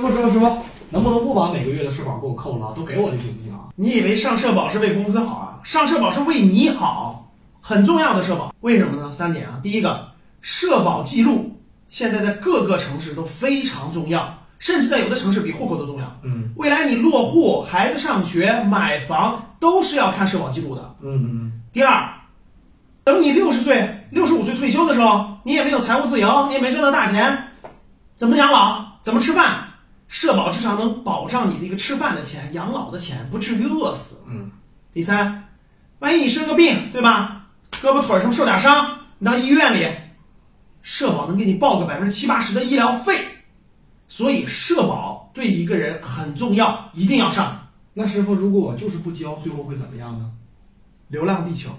师傅，师傅，师傅，能不能不把每个月的社保给我扣了，都给我就行不行啊？你以为上社保是为公司好啊？上社保是为你好，很重要的社保。为什么呢？三点啊，第一个，社保记录现在在各个城市都非常重要，甚至在有的城市比户口都重要。嗯未来你落户、孩子上学、买房都是要看社保记录的。嗯第二，等你六十岁、六十五岁退休的时候，你也没有财务自由，你也没赚到大钱，怎么养老？怎么吃饭？社保至少能保障你的一个吃饭的钱、养老的钱，不至于饿死。嗯第三，万一你生个病，对吧？胳膊腿儿上受点伤，你到医院里，社保能给你报个百分之七八十的医疗费，所以社保对一个人很重要，一定要上。那师傅，如果我就是不交，最后会怎么样呢？流浪地球。